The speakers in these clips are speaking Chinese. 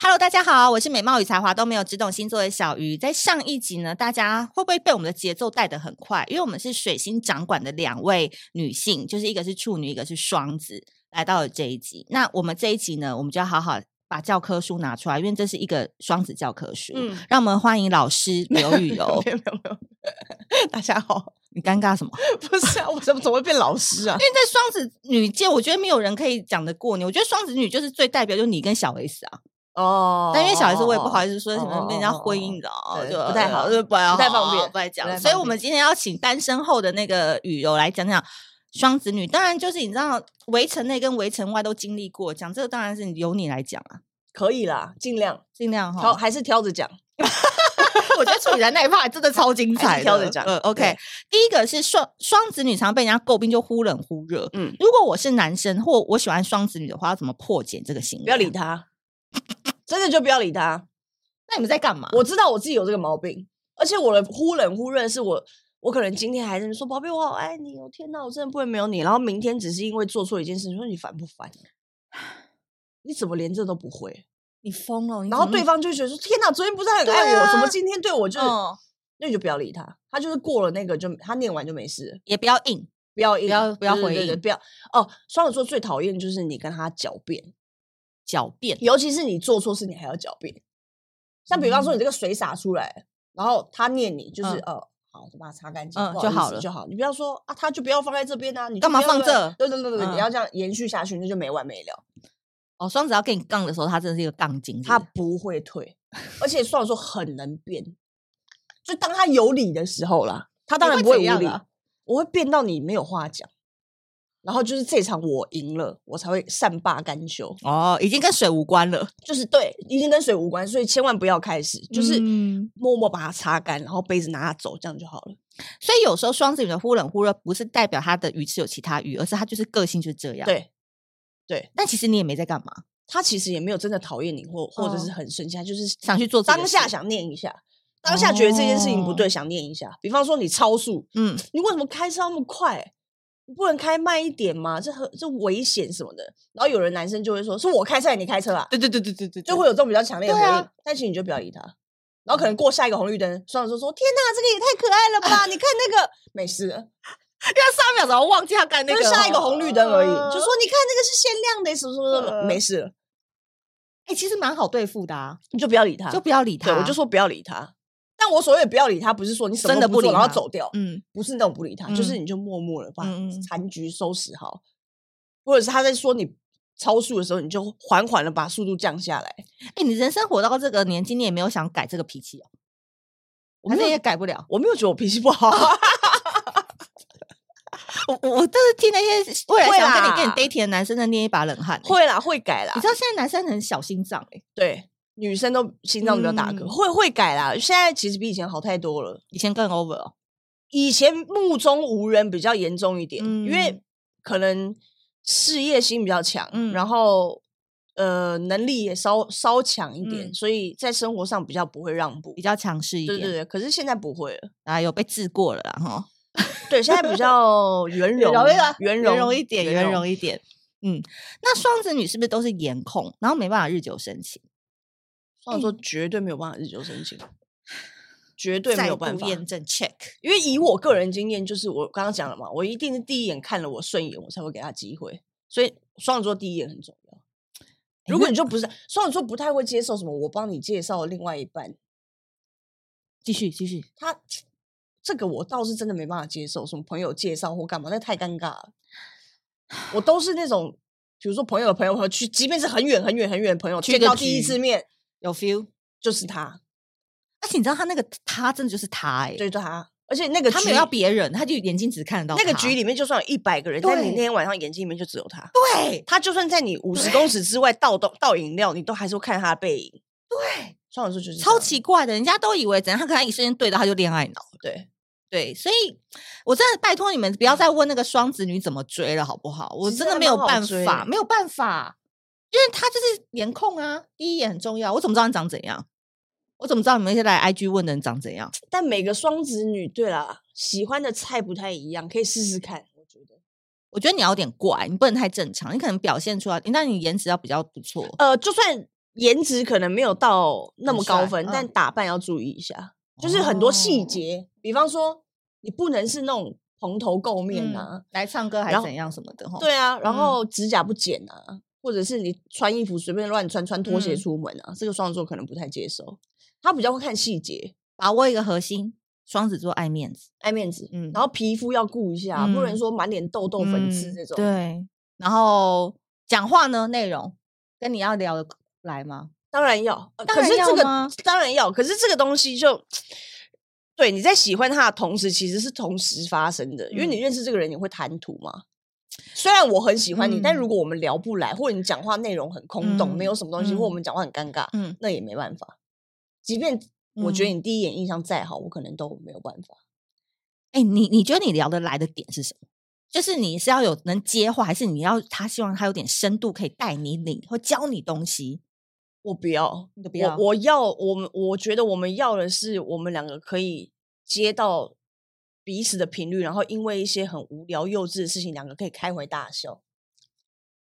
Hello，大家好，我是美貌与才华都没有，只懂星座的小鱼。在上一集呢，大家会不会被我们的节奏带得很快？因为我们是水星掌管的两位女性，就是一个是处女，一个是双子，来到了这一集。那我们这一集呢，我们就要好好把教科书拿出来，因为这是一个双子教科书。嗯，。让我们欢迎老师刘 雨柔没有没有没有， 大家好，你尴尬什么？不是啊，我怎么怎么会变老师啊因？为在双子女界，我觉得没有人可以讲得过你。我觉得双子女就是最代表，就是你跟小 S 啊。 哦但因为小 S 我也不好意意思说什么被人家婚姻的哦，对就不太好就不太不太好方便不太讲不。太所以方我们便今天要请单身后的那个雨柔来讲讲双子女，当然就是你知道围城内跟围城外都经历过，讲这个当然是由你来讲啊，可以啦，尽量尽量挑哈。还是挑着讲。我觉得处女男那一趴真的超精还彩是的，挑着讲呃，OK，对第一个是双双子女常被人家诟病就忽冷忽热。嗯，如果我是男生或我喜欢双子女的话，要怎么破解这个行为？不要理。他，真的就不要理他。那你们在干嘛？我知道我自己有这个毛病，而且我的忽冷忽热是我。我可能今天还是说宝贝，我好爱你，我天哪，我真的不会没有你。然后明天只是因为做错一件事，你说你烦不烦？你怎么连这都不会？你疯了！你然后怎么对方就会觉得说：天哪，昨天不是很对爱我，怎么啊今天嗯对我就……嗯那你就不要理他，他就是过了那个就他念完就没事了，也不要硬，不要不要不要回对对应不要哦。双子座最讨厌就是你跟他狡辩，狡辩。尤其是你做错事你还要狡辩。像比方说你这个水洒出来，然后他念你就是、嗯哦。好，我就把它擦干净，嗯不就意好思了就好。你不要说啊，他就不要放在这边啊，你就干嘛不要放这对对对对，嗯你要这样延续下去，那就没完没了。哦，双子要跟你杠的时候，他真的是一个杠精是不他是，不会退，而且双子座很能变，就当他有理的时候啦，他你当然会不会怎无样理啊，我会变到你没有话讲，然后就是这场我赢了，我才会善罢甘休，哦，已经跟水无关了，就是对，已经跟水无关，所以千万不要开始，就是嗯默默把它擦干，然后杯子拿它走，这样就好了。所以有时候双子女的忽冷忽热，不是代表他的鱼吃有其他鱼，而是他就是个性就是这样。，对但其实你也没在干嘛，他其实也没有真的讨厌你，或或者是哦很生气，他就是想去做自己的当下事想念一下。当下觉得这件事情不哦对，想念一下。比方说你超速，嗯，你为什么开车那么快？你不能开慢一点吗？这很这危险什么的。然后有人男生就会说：“是我开车，你开车啊对对对对对对，”，就会有这种比较强烈的回对应。啊嗯但其实你就不要理他。然后可能过下一个红绿灯，双子座说：“天哪，这个也太可爱了吧！你看那个没事了，因为上一秒钟忘记他 干那就个是下一个红绿灯而已。就呃说你看那个是限量的，什么什么什么，没事了，哎、其实蛮好对付的啊，你就不要理他。就不要理他。对，我就，说不要理他。但我所谓的不要理他，不是说你什么真都的不做理然后他走掉，嗯，不是那种不理他，就是嗯你就默默的把嗯嗯残局收拾好，或者是他在说你超速的时候，你就缓缓的把速度降下来。哎、你人生活到这个年纪，你也没有想改这个脾气哦，我还没是有也改不了。我没有觉得我脾气不好啊，我我我就是听那些未来会想跟你跟你啦 dating 的男生在捏一把冷汗、欸。会啦，会改啦你。知道现在男生很小心脏哎、对，女生都心脏比较大颗，嗯会会改啦。现在其实比以前好太多了，以前更 over 哦。以前目中无人比较严重一点，因为嗯可能事业心比较强，嗯然后。呃，能力也稍稍强一点，嗯所以在生活上比较不会让步比。较强势一对点，对对，可是现在不会了。啊，有被治过了啦哈，对，现在比较圆融，圆圆融融一点，圆融一点。嗯，那双子女是不是都是颜控，然后没办法日久生情，双子座绝对没有办法日久生情，绝对再没有办度法。验证 check，因为以我个人经验，就是我刚刚讲了嘛，我一定是第一眼看了我顺眼，我才会给他机会。所以双子座第一眼很重要。如果你就不是双子座，不太会接受什么我帮你介绍另外一半，继续继续。他这个我倒是真的没办法接受，什么朋友介绍或干嘛，那太尴尬了。我都是那种，比如说朋友的朋友朋友去，即便是很远很远很远的朋友，去见个到第一局次面有 feel，就是他，而且你知道他那个他真的就是他哎、就是他，而且那个他局没有要别人，他就眼睛只看得到那个他局里面就算有一百个人，但你对那天晚上眼睛里面就只有他。对他就算在你五十公尺之外倒倒倒饮料，你都还是会看他的背影。对，双子座就是这超样奇怪的，人家都以为怎样，他可能一瞬间对到他就恋爱脑。对，对，所以我真的拜托你们不要再问那个双子女怎么追了，好不好？我嗯其实真的还没有蛮好办追法，的没有办法，因为他就是颜控啊，第一眼很重要。我怎么知道你长怎样？我怎么知道你们现在来 IG 问的人长怎样？但每个双子女，对啦，喜欢的菜不太一样，可以试试看。我觉得，我觉得你要有点怪，你不能太正常，你可能表现出来，那你颜值要比较不错。呃，就算颜值可能没有到那很么高帅分，但嗯哦打扮要注意一下，就是很多细节，比方说你不能是那种蓬头垢面啊，来唱歌还是然后怎样什么的哈。对啊，然嗯后指甲不剪啊，或者是你穿衣服随便乱穿，穿拖鞋嗯出门啊，这个双子座可能不太接受。他比较会看细节，把握一个核心，双子座爱面子，爱面子，嗯然后皮肤要顾一下，不能嗯说满脸痘痘、粉刺嗯这种。，对，然后讲话呢，内容跟你要聊得来吗？当然要。呃当可然是这要个吗当然要，可是这个东西就。对，你在喜欢他的同时，其实是同时发生的，因为嗯你认识这个人，你会谈吐嘛。虽然我很喜欢你，但如嗯果我们聊不来，或者你讲话内容很空洞，没有嗯什么东西，或我嗯们讲话很尴尬，嗯，那也没办法。即便我觉得嗯你第一眼印象再好，我可能都没有办法。哎、你你觉得你聊得来的点是什么？就是你是要有能接话，还是你要他希望他有点深度，可以带你领或教你东西？我不要，你都不要我我要我们，我觉得我们要的是我们两个可以接到彼此的频率，然后因为一些很无聊幼稚的事情，两个可以开怀大笑，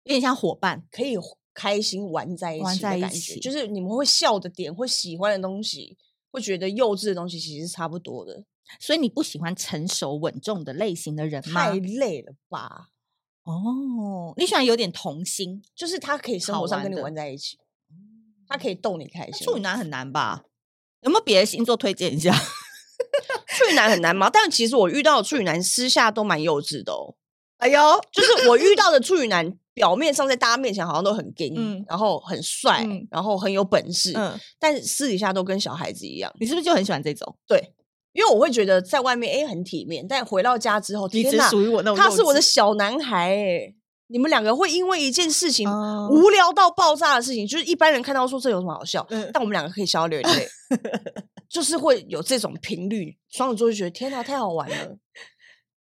有点像伙伴，可以开心玩在一玩起的在一感觉，起就是你们会笑的点，会喜欢的东西，会觉得幼稚的东西其实是差不多的。所以你不喜欢成熟稳重的类型的人吗太？累了吧？哦，你喜欢有点童心，就是他可以生好活上玩跟你的玩在一起，他可以逗你开那心。处女男很难吧？有没有别的星座推荐一下？处女男很难吗？但其实我遇到的处女男私下都蛮幼稚的哦，哎呦，就是我遇到的处女男，表面上在大家面前好像 都很 gay，、嗯然后很帅，嗯然后很有本事，嗯，但私底下都跟小孩子一样。 你是不是就很喜欢这种？对，因为我会觉得在外面哎、很体面，但回到家之后，你天只哪，属于我那种幼稚，他是我的小男孩哎、你们两个会因为一件事情。哦无聊到爆炸的事情，就是一般人看到说这有什么好笑，嗯但我们两个可以笑到流眼 泪，就是会有这种频率。双子座就觉得天哪，太好玩了。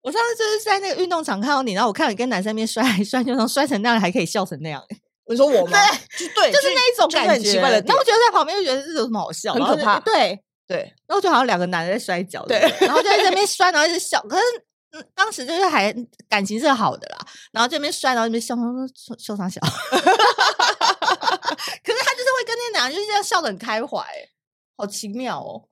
我上次就是在那个运动场看到你，然后我看你跟男生面摔来摔去，然后摔成那样还可以笑成那样，你说我吗？就对，就是那一种就感是觉。哎很奇怪的点那我觉得在旁边就觉得这有什么好笑，很然后可就怕对，对，然后就好像两个男的在摔跤，对不然后就在那边摔，然后一直笑。可是、嗯、当时就是还感情是好的啦，然后这边摔，然后这边笑， 然后说受伤小。可是他就是会跟那男的就是这样笑得很开怀、好奇妙哦。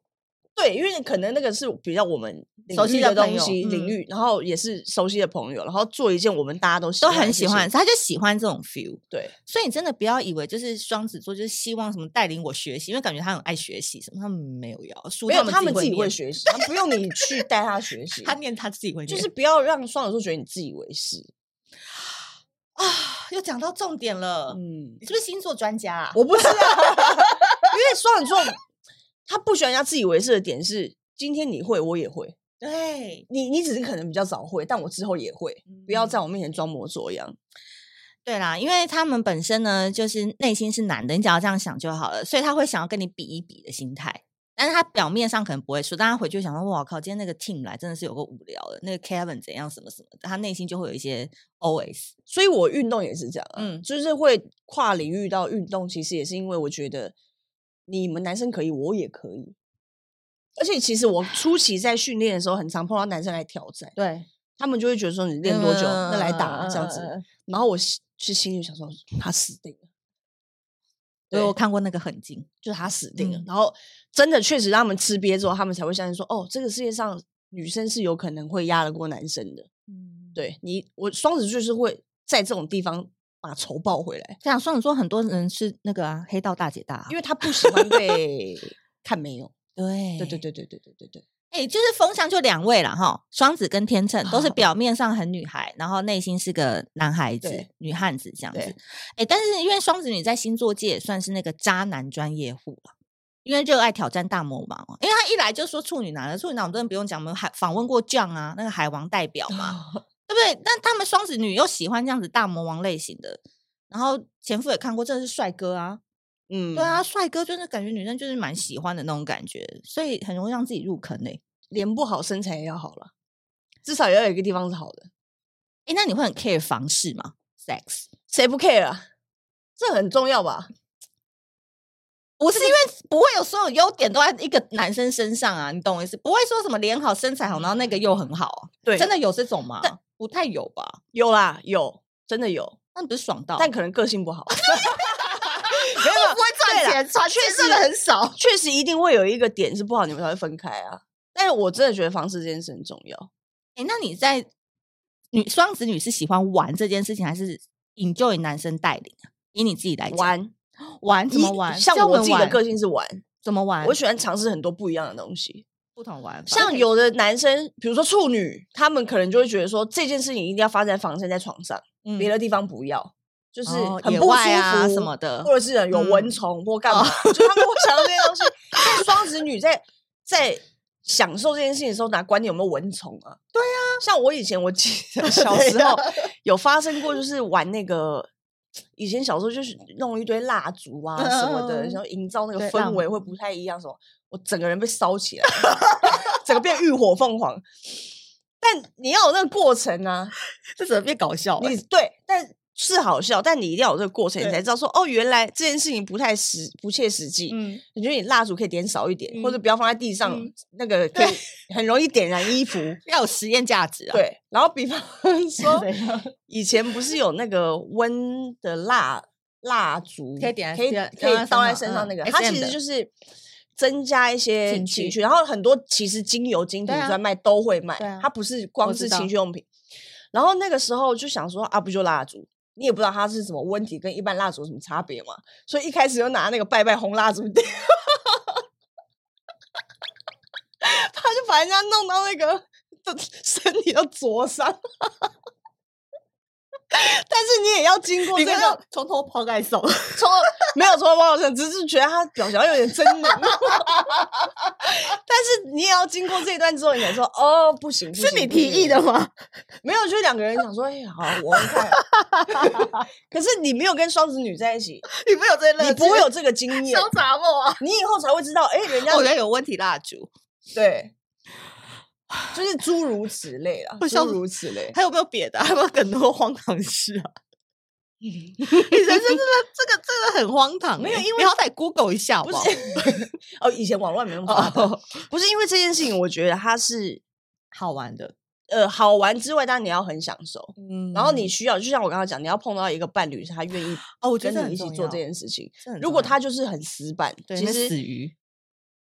对，因为可能那个是比较我们领熟悉域的的朋东友西嗯领域，然后也是熟悉的朋友，然后做一件我们大家都都欢的很事喜欢，情。他就喜欢这种 feel，对，所以你真的不要以为就是双子座就是希望什么带领我学习，因为感觉他很爱学习什么，他们没有要，书没有他们自自己会念，，学习，他不用你去带他 学习他念他自己会就念，是不要让双子座觉得你自以为是。啊，又讲到重点了，嗯，你是不是星座专家啊？我不是啊，因为双子座他不喜欢人家自以为是的点是，今天你会，我也会。对嗯你你只是可能比较早会，但我之后也会，不要在我面前装模作样。对啦，因为他们本身呢就是内心是男的，你只要这样想就好了，所以他会想要跟你比一比的心态。但是他表面上可能不会说，但他回去想说：“哇靠，今天那个 team 来真的是有个无聊的，那个 Kevin 怎样什么什么的。”他内心就会有一些 OS。所以我运动也是这样、啊，嗯就是会跨领域到运动，其实也是因为我觉得你们男生可以，我也可以。而且其实我初期在训练的时候，很常碰到男生来挑战，对，嗯他们就会觉得说你练多久，那来打、啊、这嗯样嗯嗯嗯子。然后我心是心里想说他死定了，我有对看过那个很近，就是他死定了。嗯然后真的确实让他们吃瘪之后，他们才会相信说，哦，这个世界上女生是有可能会压得过男生的。嗯，对你，我双子就是会在这种地方把仇报回来。这样双子座很多人是那个啊，黑道大姐大啊、因为他不喜 欢被看没有。对对对，对对对对对对，哎、就是风向就两位了哈，双子跟天秤都是啊表面上很女孩，然后内心是个男孩子对、女汉子这样子。对哎、但是因为双子女在星座界也算是那个渣男专业户了。因为热爱挑战大魔王哦，因为他一来就说处女男了，处女男我们真的不用讲，我们还访问过 John 啊，那个海王代表 嘛，对啊不对？但他们双子女又喜欢这样子大魔王类型的，然后前夫也看过，真的是帅哥啊，嗯，对啊，，帅哥就是感觉女生就是蛮喜欢的那种感觉，所以很容易让自己入坑诶、欸。脸不好，身材也要好了，至少也要有一个地方是好的。诶那你会很 care 房事吗？sex 谁不 care 啊？这很重要吧？不是因为不会有所有优点都在一个男生身上啊，你懂我意思？不会说什么脸好、身材好，然后那个又很好啊，对真的有这种吗？不太有吧？有啦，有，真的有，那你不是爽到？但可能个性不好。没有啊不会赚对啦钱，赚确钱实真的很少。确实一定会有一个点是不好，你们才会分开啊。但是我真的觉得房事这件事很重要。哎、那你在女双子女是喜欢玩这件事情，还是 enjoy 男生带领啊？以你自己来讲，玩玩怎一么玩？像教我们自己的玩个性是玩，怎么玩？我喜欢尝试很多不一样的东西。不同玩法，像有的男生，比如说处女，他们可能就会觉得说这件事情一定要发在房间，在床上，别人的地方不要，就是嗯哦很野不舒外啊服什么的嗯哦或者是有蚊虫或干嘛，就他们会想到这些 东西。但双子女在在享受这件事情的时候，哪管你有没有蚊虫啊？对啊，像我以前我 记得小时啊候有发生过，就是玩那个。以前小时候就是弄一堆蜡烛啊什么的，嗯嗯嗯然后营造那个对氛浪围会不太一样。什么，我整个人被烧起来， 整个变浴火凤凰。但你要有那个过程啊，这怎么变搞笑、你对，但是好笑，但你一定要有这个过程，你哎对才知道说哦，原来这件事情不太实不切实际。嗯，你觉得你蜡烛可以点少一点，或者嗯不要放在地上，嗯那个可以很容易点燃衣服。要有实验价值啊。 对，然后比方 说，怎样以前不是有那个温的蜡蜡烛，可以点在可以身可以上倒在嗯身上那个，嗯它 SM 其实的就是增加一些情情趣趣，然后很多其实精油、精品对啊专卖都会卖，对啊它不是我光知是道情趣用品。然后那个时候就想说啊，不就蜡烛？你也不知道它是什么问题，跟一般蜡烛有什么差别嘛，所以一开始就拿那个拜拜红蜡烛 点，他就把人家弄到那个的身体都灼伤。 但是你也 要经过这你个看到从头抛开手，从没有从头抱歉，只是觉得他表情好像有点狰狞。 但是你也要经过这一段之后，你才说哦，不行，不是行你提议的？吗？不行没有，就两个人想说，哎、好，我们看。 可是你没有跟双子女在一起，你不有这些乐趣？你不会有这个经验，潇 洒梦啊？你以后才会知道，哎、人家我觉得有问题蜡烛。对，就是诸如此类啊，我笑诸死如此类。还有没有别的啊？还有没有更多荒唐事啊？你人生真的这个真的很荒唐欸、没有因为好歹 Google 一下 好不不好？是 哦，以前网络还没那 么发达，哦，不是因为这件事情，我觉得它是好玩的，呃好玩之外，当然你要很享受。嗯然后你需要，就像我刚刚讲，你要碰到一个伴侣，他愿意哦，我觉跟得你一起做这件事情。情如果他就是很死板，对其那死实鱼，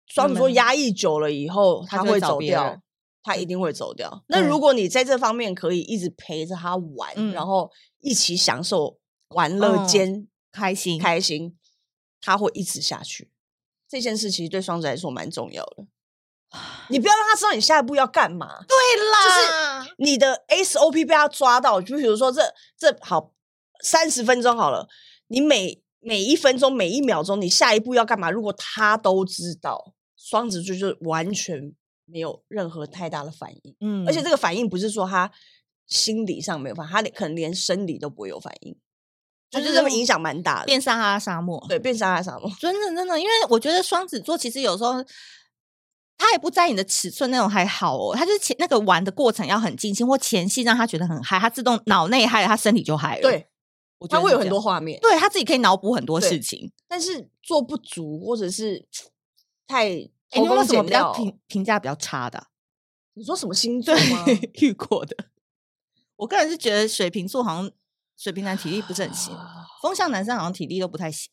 双你子座们压抑久了以后，他他就会会找走别掉人，他一定会走掉。那对如果你在这方面可以一直陪着他玩，嗯然后一起享受玩乐嗯兼开心开心，他会一直下去。这件事其实对双子来说蛮重要的。你不要让他知道你下一步要干嘛，对啦，就是你的 SOP 被他抓到，就比如说这这好三十分钟好了，你每每一分钟每一秒钟，你下一步要干嘛？如果他都知道，双子座就完全没有任何太大的反应，嗯而且这个反应不是说他心理上没有反应，他连可能连生理都不会有反应，他就就是这个会影响蛮大的变。撒哈拉沙漠，对，变沙拉沙漠，真的真的，因为我觉得双子座其实有时候。他也不在意你的尺寸那种还好哦，他就是前那个玩的过程要很尽兴，或前戏让他觉得很嗨，他自动脑内嗨了，他身体就嗨了。 对，我觉他得会是有这很样多画面，对他自己可以脑补很多对事情。但是做不足或者是太哎，偷你有没工有什么减比较料。评评价比较差的啊、你说什么星座吗？遇过的，我个人是觉得水瓶座好像水瓶男体力不是很行，啊风象男生好像体力都不太行，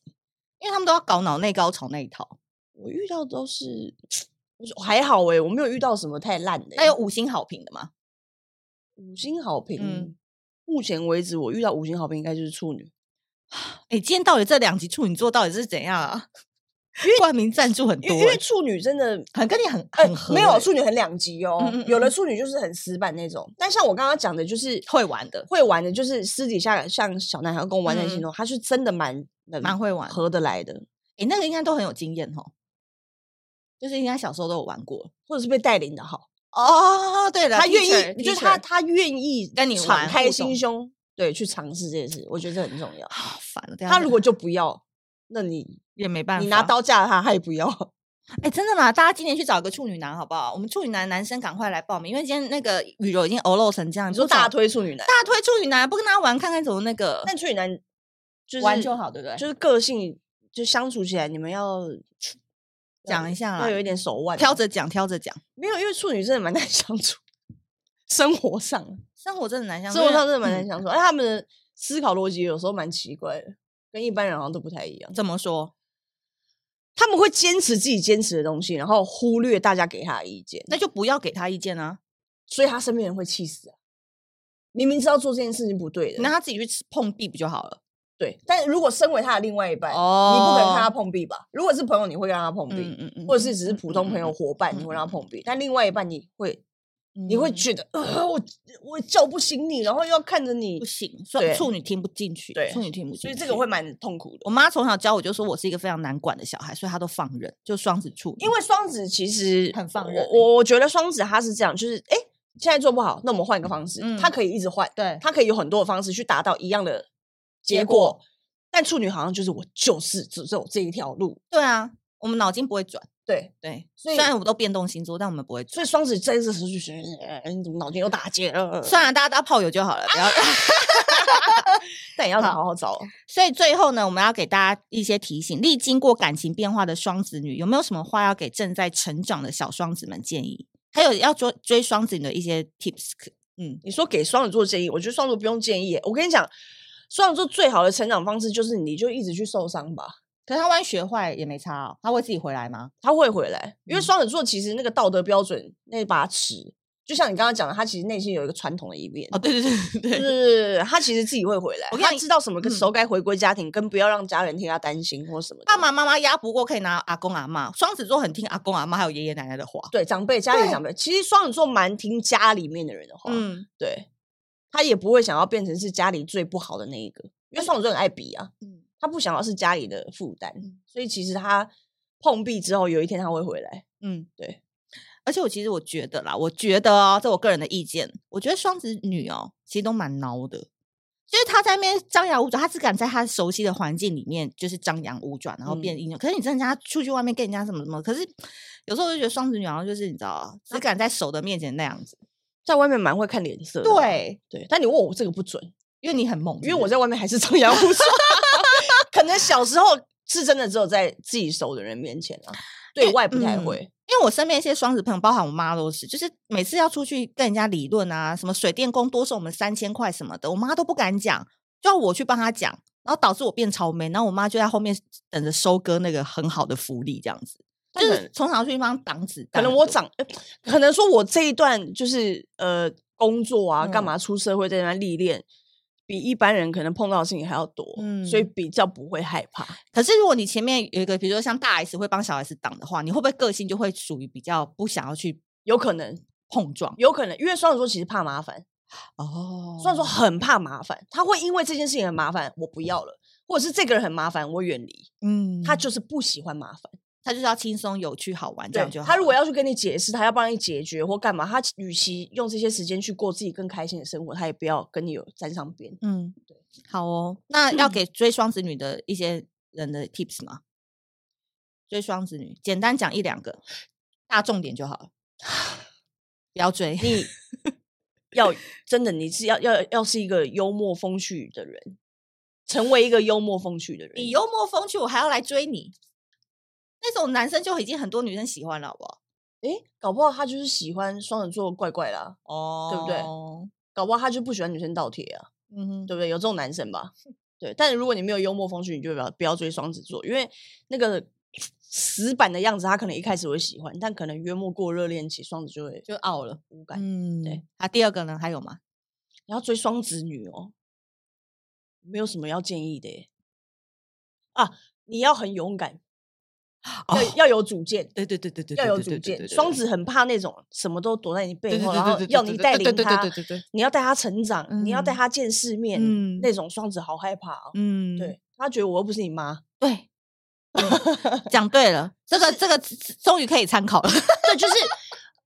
因为他们都要搞脑内高潮那一套。我遇到都是，我说还好欸诶、我没有遇到什么太烂的、欸那有五星好评的吗？五星好评。嗯目前为止，我遇到五星好评应该就是处女，哎、今天到底这两集处女座到底是怎样啊？ 冠名赞助很因多为欸、因为处女真的很跟你很哎很合欸、没有处女很两极哦。嗯嗯嗯有的处女就是很死板那种，但像我刚刚讲的，就是会玩的会玩的，就是私底下像小男孩跟我玩在一起那种，他是真的蛮嗯能蛮会玩的合得来的，哎、那个应该都很有经验哦，就是应该小时候都有玩过或者是被带领的好，哦。对了，他愿 teacher，意，就是他 teacher 他愿意跟你敞玩开互心动胸，对，去尝试这件事，我觉得这很重要。好烦哦了。等一下他如果就不要，那你也没办法，你拿刀架他，他也不要。哎、真的啦！大家今年去找一个处女男好不好？我们处女男男生赶快来报名，因为今天那个雨柔已经欧露成这样，你你说不找大推处女男，大推处女男，不跟他玩看看怎么那个但处女男就是玩就好，对不对？就是个性就相处起来，你们要讲一下啦要有一点手腕，挑着讲，挑着讲，没有，因为处女真的蛮 难相处，生活上，生活真的难相处，生活上因为真的蛮难嗯相处，而且他们的思考逻辑有时候蛮奇怪的，跟一般人好像都不太一样。怎么说？他们会坚持自己坚持的东西，然后忽略大家给他的意见，那就不要给他意见啊，所以他身边人会气死啊。明明知道做这件事情不对的，你让他自己去吃碰壁不就好了？对，但如果身为他的另外一半，哦你不可能跟他碰壁吧？如果是朋友，你会跟他碰嗯壁，嗯嗯，或者是只是普通朋友、伙伴，嗯你会让他碰壁。但另外一半，你会你会嗯觉得，呃，我我叫不醒你，然后又要看着你不，行，对算处女听不进去，对处女听不进去，所以这个会。蛮痛苦的。我妈从小教我就说我是一个非常难管的小孩，所以她都放任，就双子处女。因为双子其实很放我任我我觉得双子他是这样，就是哎，诶现在做不好，那我们换一个方式，嗯他可以一直换，对他可以有很多的方式去达到一样的结结果果。但处女好像就是我就是只走这一条路，对啊，我们脑筋不会转，对，对，所虽以然我们都变动星座，但我们不会转。所以双子在这时候就觉得，呃你怎么脑筋又呃打结了？算了，大家当炮友就好了，不 要。但也要好好好找。所以最后呢，我们要给大家一些提醒：历经过感情变化的双子女，有没有什么话要给正在成长的小双子们建议？还有要追追双子女的一些 tips？可嗯，你说给双子座建议，我觉得双子座不用建议耶。我跟你讲，双子座最好的成长方式就是你就一直去受伤吧，可是他万一学坏也没差哦，他会自己回来吗？他会回来。因为嗯双子座其实那个道德标准那把尺，就像你刚刚讲的，他其实内心有一个传统的一面。哦，对对对对对，就是他其实自己会回来，我跟他你知道什么嗯时候该回归家庭，跟不要让家人替他担心或什么的。爸爸妈妈压不过可以拿阿公阿妈，双子座很听阿公阿妈还有爷爷奶奶的话。对长辈、家里对长辈，其实双子座蛮听家里面的人的话，嗯，对他也不会想要变成是家里最不好的那一个，因为双子座很爱比啊，嗯他不想要是家里的负担，嗯所以其实他碰壁之后，有一天他会回来。嗯，对。而且我其实我觉得啦，我觉得哦，这我个人的意见，我觉得双子女哦，其实都蛮孬的，就是她在那边张牙舞爪，她只敢在她熟悉的环境里面就是张牙舞爪，然后变英雄。可是你真的叫她出去外面跟人家什么什么，可是有时候我就觉得双子女好像就是你知道，只敢在手的面前那样子。在外面蛮会看脸色的，对，嗯对，但你问我这个不准，因为你很猛，因为我在外面还是张牙舞爪， 可能小时候是真的只有在自己熟的人面前啊，对外不太嗯会。因为我身边一些双子朋友，包含我妈都是，就是每次要出去跟人家理论啊，什么水电工多收我们三千块什么的，我妈都不敢讲，就要我去帮她讲，然后导致我变超美，然后我妈就在后面等着收割那个很好的福利，这样子，就但可是能从小去帮挡子可弹很多。能我长，呃可能说我这一段就是呃工作啊，嗯干嘛出社会在那边历练，比一般人可能碰到的事情还要多，所以嗯比较不会害怕。可是如果你前面有一个，比如说像大 S 会帮小 S 挡的话，你会不会个性就会属于比较不想要去有可能，碰撞？有可能，因为双子座其实怕麻烦，哦双子座很怕麻烦，他会因为这件事情很麻烦，我不要了，或者是这个人很麻烦，我远离。嗯，他就是不喜欢麻烦，他就是要轻松有趣好玩这对样就好了。他如果要去跟你解释，他要帮你解决或干嘛，他与其用这些时间去过自己更开心的生活，他也不要跟你有沾上边。嗯，好哦。那要给追双子女的一些人的 tips 吗？追双子女，简单讲一两个，大重点就好了。不要追，你要真的你是要要要是一个幽默风趣的人，成为一个幽默风趣的人。你幽默风趣，我还要来追你。那种男生就已经很多女生喜欢了，好不好？诶，搞不好他就是喜欢双子座怪怪啦，哦对不对搞不好他就不喜欢女生倒贴啊，嗯哼，对不对？有这种男生吧？ 对，但是如果你没有幽默风趣，你就不要不要追双子座，因为那个死板的样子，他可能一开始会喜欢，但可能约莫过热恋期，双子就会就傲了。无感。嗯，对。啊，第二个呢？还有吗？你要追双子女哦，没有什么要建议的耶啊，你要很勇敢，哦要、要有主见。对对对对对要有主见，双子很怕那种什么都躲在你背后，然后要你带领他，对对，你要带他成长，你要带嗯他见世面，嗯那种双子好害怕哦。嗯，对他觉得我又不是你妈，对，嗯讲对了，这个这个终于可以参考了。 对，就是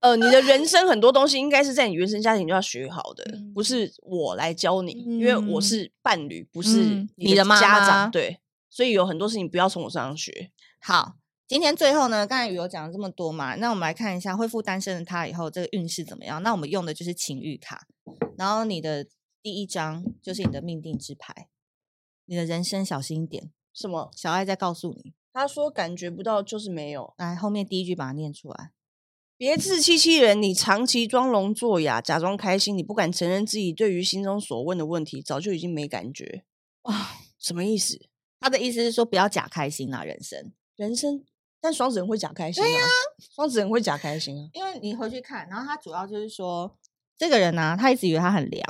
呃，你的人生很多东西应该是在你原生家庭就要学好的，不是我来教你，因为我嗯是伴侣，不嗯是你的妈家妈长，对，所以有很多事情不要从我身上学。好，今天最后呢，刚才雨柔讲了这么多嘛，那我们来看一下恢复单身的他以后这个运势怎么样。那我们用的就是情欲卡，然后你的第一张就是你的命定之牌，你的人生小心一点，什么？小爱在告诉你。他说感觉不到就是没有，来，后面第一句把它念出来。别自欺欺人。你长期装聋作哑，假装开心，你不敢承认自己对于心中所问的问题早就已经没感觉。哇，什么意思？他的意思是说不要假开心啦，人生。人生，但双子人会假开心、啊，对呀、双子人会假开心啊，因为你回去看，然后他主要就是说，这个人呢、他一直以为他很凉，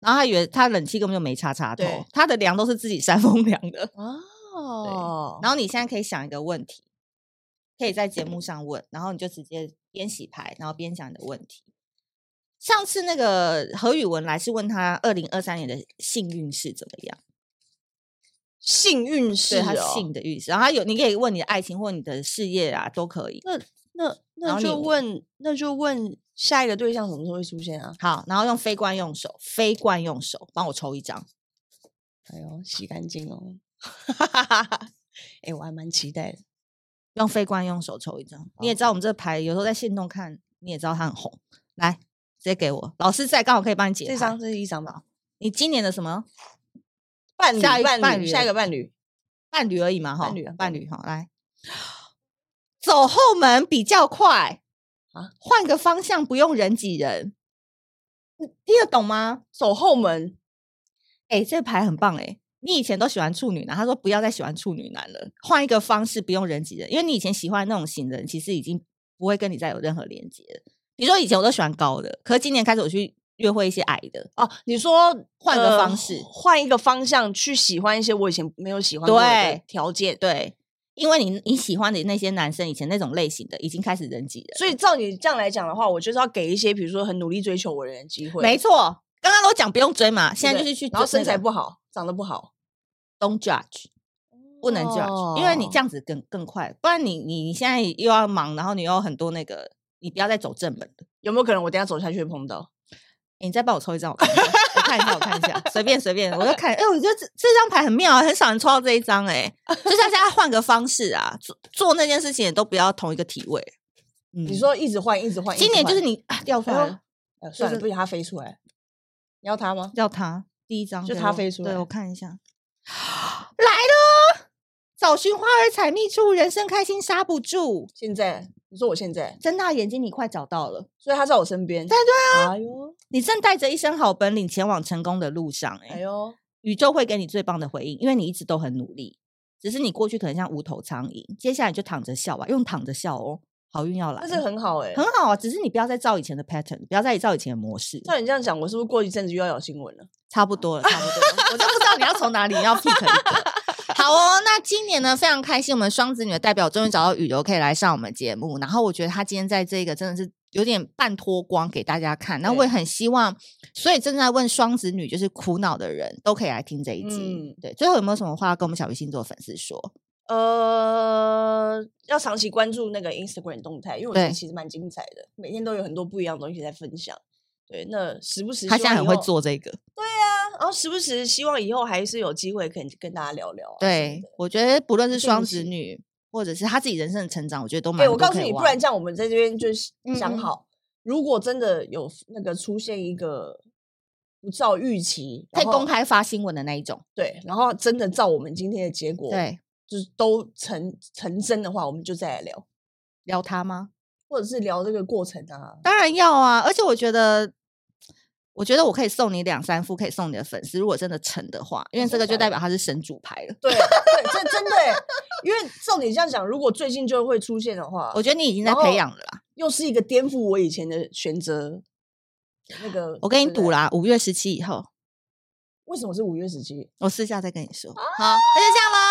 然后他以为他冷气根本就没插插头对，他的凉都是自己扇风凉的。哦，然后你现在可以想一个问题，可以在节目上问，然后你就直接边洗牌，然后边讲你的问题。上次那个何宇文来是问他二零二三年的幸运是怎么样，幸运是、对哦、他性的运势，然后他有你可以问你的爱情或你的事业啊都可以。那然那后就你问，那就问下一个对象什么时候会出现啊？好，然后用非惯用手，非惯用手帮我抽一张。哎呦，洗干净 哦！哎、我还蛮期待的。用非惯用手抽一张。你也知道哦我们这牌有时候在线动看，你也知道它很红。来，直接给我，老师在，刚好可以帮你解这牌张，这是一张吧？你今年的什么伴侣，下一伴伴侣，侣下一了个伴侣，伴侣而已嘛？哈，伴侣啊伴侣哈，来，走后门比较快啊，换个方向不用人挤人，你听得懂吗？走后门。哎、这牌很棒哎、你以前都喜欢处女男，他说不要再喜欢处女男了，换一个方式，不用人挤人，因为你以前喜欢那种型的人，其实已经不会跟你再有任何连接了。你说以前我都喜欢高的，可是今年开始我去约会一些矮的，哦，你说换个呃方式换一个方向去喜欢一些我以前没有喜欢过的对条件。对，因为你你喜欢的那些男生，以前那种类型的已经开始人挤人，所以照你这样来讲的话，我就是要给一些比如说很努力追求我的人机会，没对错。刚刚都讲不用追嘛，现在不就对是去然后追身那材个不好，长得不好， don't judge，不能 judge，、因为你哦这样子更更快，不然你你你现在又要忙，然后你又有很多那个，你不要再走正门了。有没有可能我等一下走下去会碰到？欸你再帮我抽一张，我看一下，我看一下，我看一下，随便随便，我就看。哎、我觉得这这张牌很妙啊，很少人抽到这一张 哎、就是大家换个方式啊，做做那件事情也都不要同一个体位。嗯你说一直换，一直换，一今直年就是换，你啊掉出哎来呦了，哎算就了，是不行，它飞出来，你要它吗？掉它第一张就给它我飞出对来我看一下，来了，找寻花儿采蜜处，人生开心刹不住。现在你说我现在，睁大眼睛，你快找到了，所以他在我身边，对对啊，哎呦你正带着一身好本领前往成功的路上、欸。哎呦，宇宙会给你最棒的回应，因为你一直都很努力。只是你过去可能像无头苍蝇，接下来你就躺着笑吧，用躺着笑哦，好运要来那了，这个很好哎。很好啊。只是你不要再照以前的 pattern，不要再照以前的模式，照你这样讲，我是不是过一阵子又要有 新闻了？差不啊多了，差不多了。我就不知道你要从哪里要 pick 一个。 好哦，那今年呢非常开心，我们双子女的代表终于找到雨柔可以来上我们节目。然后我觉得她今天在这个真的是有点半脱光给大家看，那我也很希望，所以正在问双子女就是苦恼的人都可以来听这一集。嗯对，最后有没有什么话要跟我们小鱼星座粉丝说？呃，要长期关注那个 Instagram 动态，因为我觉得对其实蛮精彩的，每天都有很多不一样的东西在分享。对，那时不时他希现在望很以会后，做这个，然后时不时希望以后还是有机会可以跟大家聊聊、啊。对，我觉得不论是一定双子是女或者是她自己人生的成长，我觉得都蛮对，多我告可诉以你，不挖然这样我们在这边就是嗯想嗯好，如果真的有那个出现一个不照预期，可以然后公开发新闻的那一种，对，然后真的照我们今天的结果，，对，就是都成成真的话，我们就再来聊，撩他吗？或者是聊这个过程啊。当然要啊，而且我觉得，我觉得我可以送你两三副，可以送你的粉丝，如果真的成的话，因为这真个的就假代哦的表他是神主牌了。对，对，这真的欸，因为照你这样讲，如果最近就会出现的话，我觉得你已经在然培后养了啦。又是一个颠覆我以前的选择。那个，我跟你对不赌对，啦，五月十七以后，为什么是五月十七？哦我私下再跟你说。好，那就这样喽。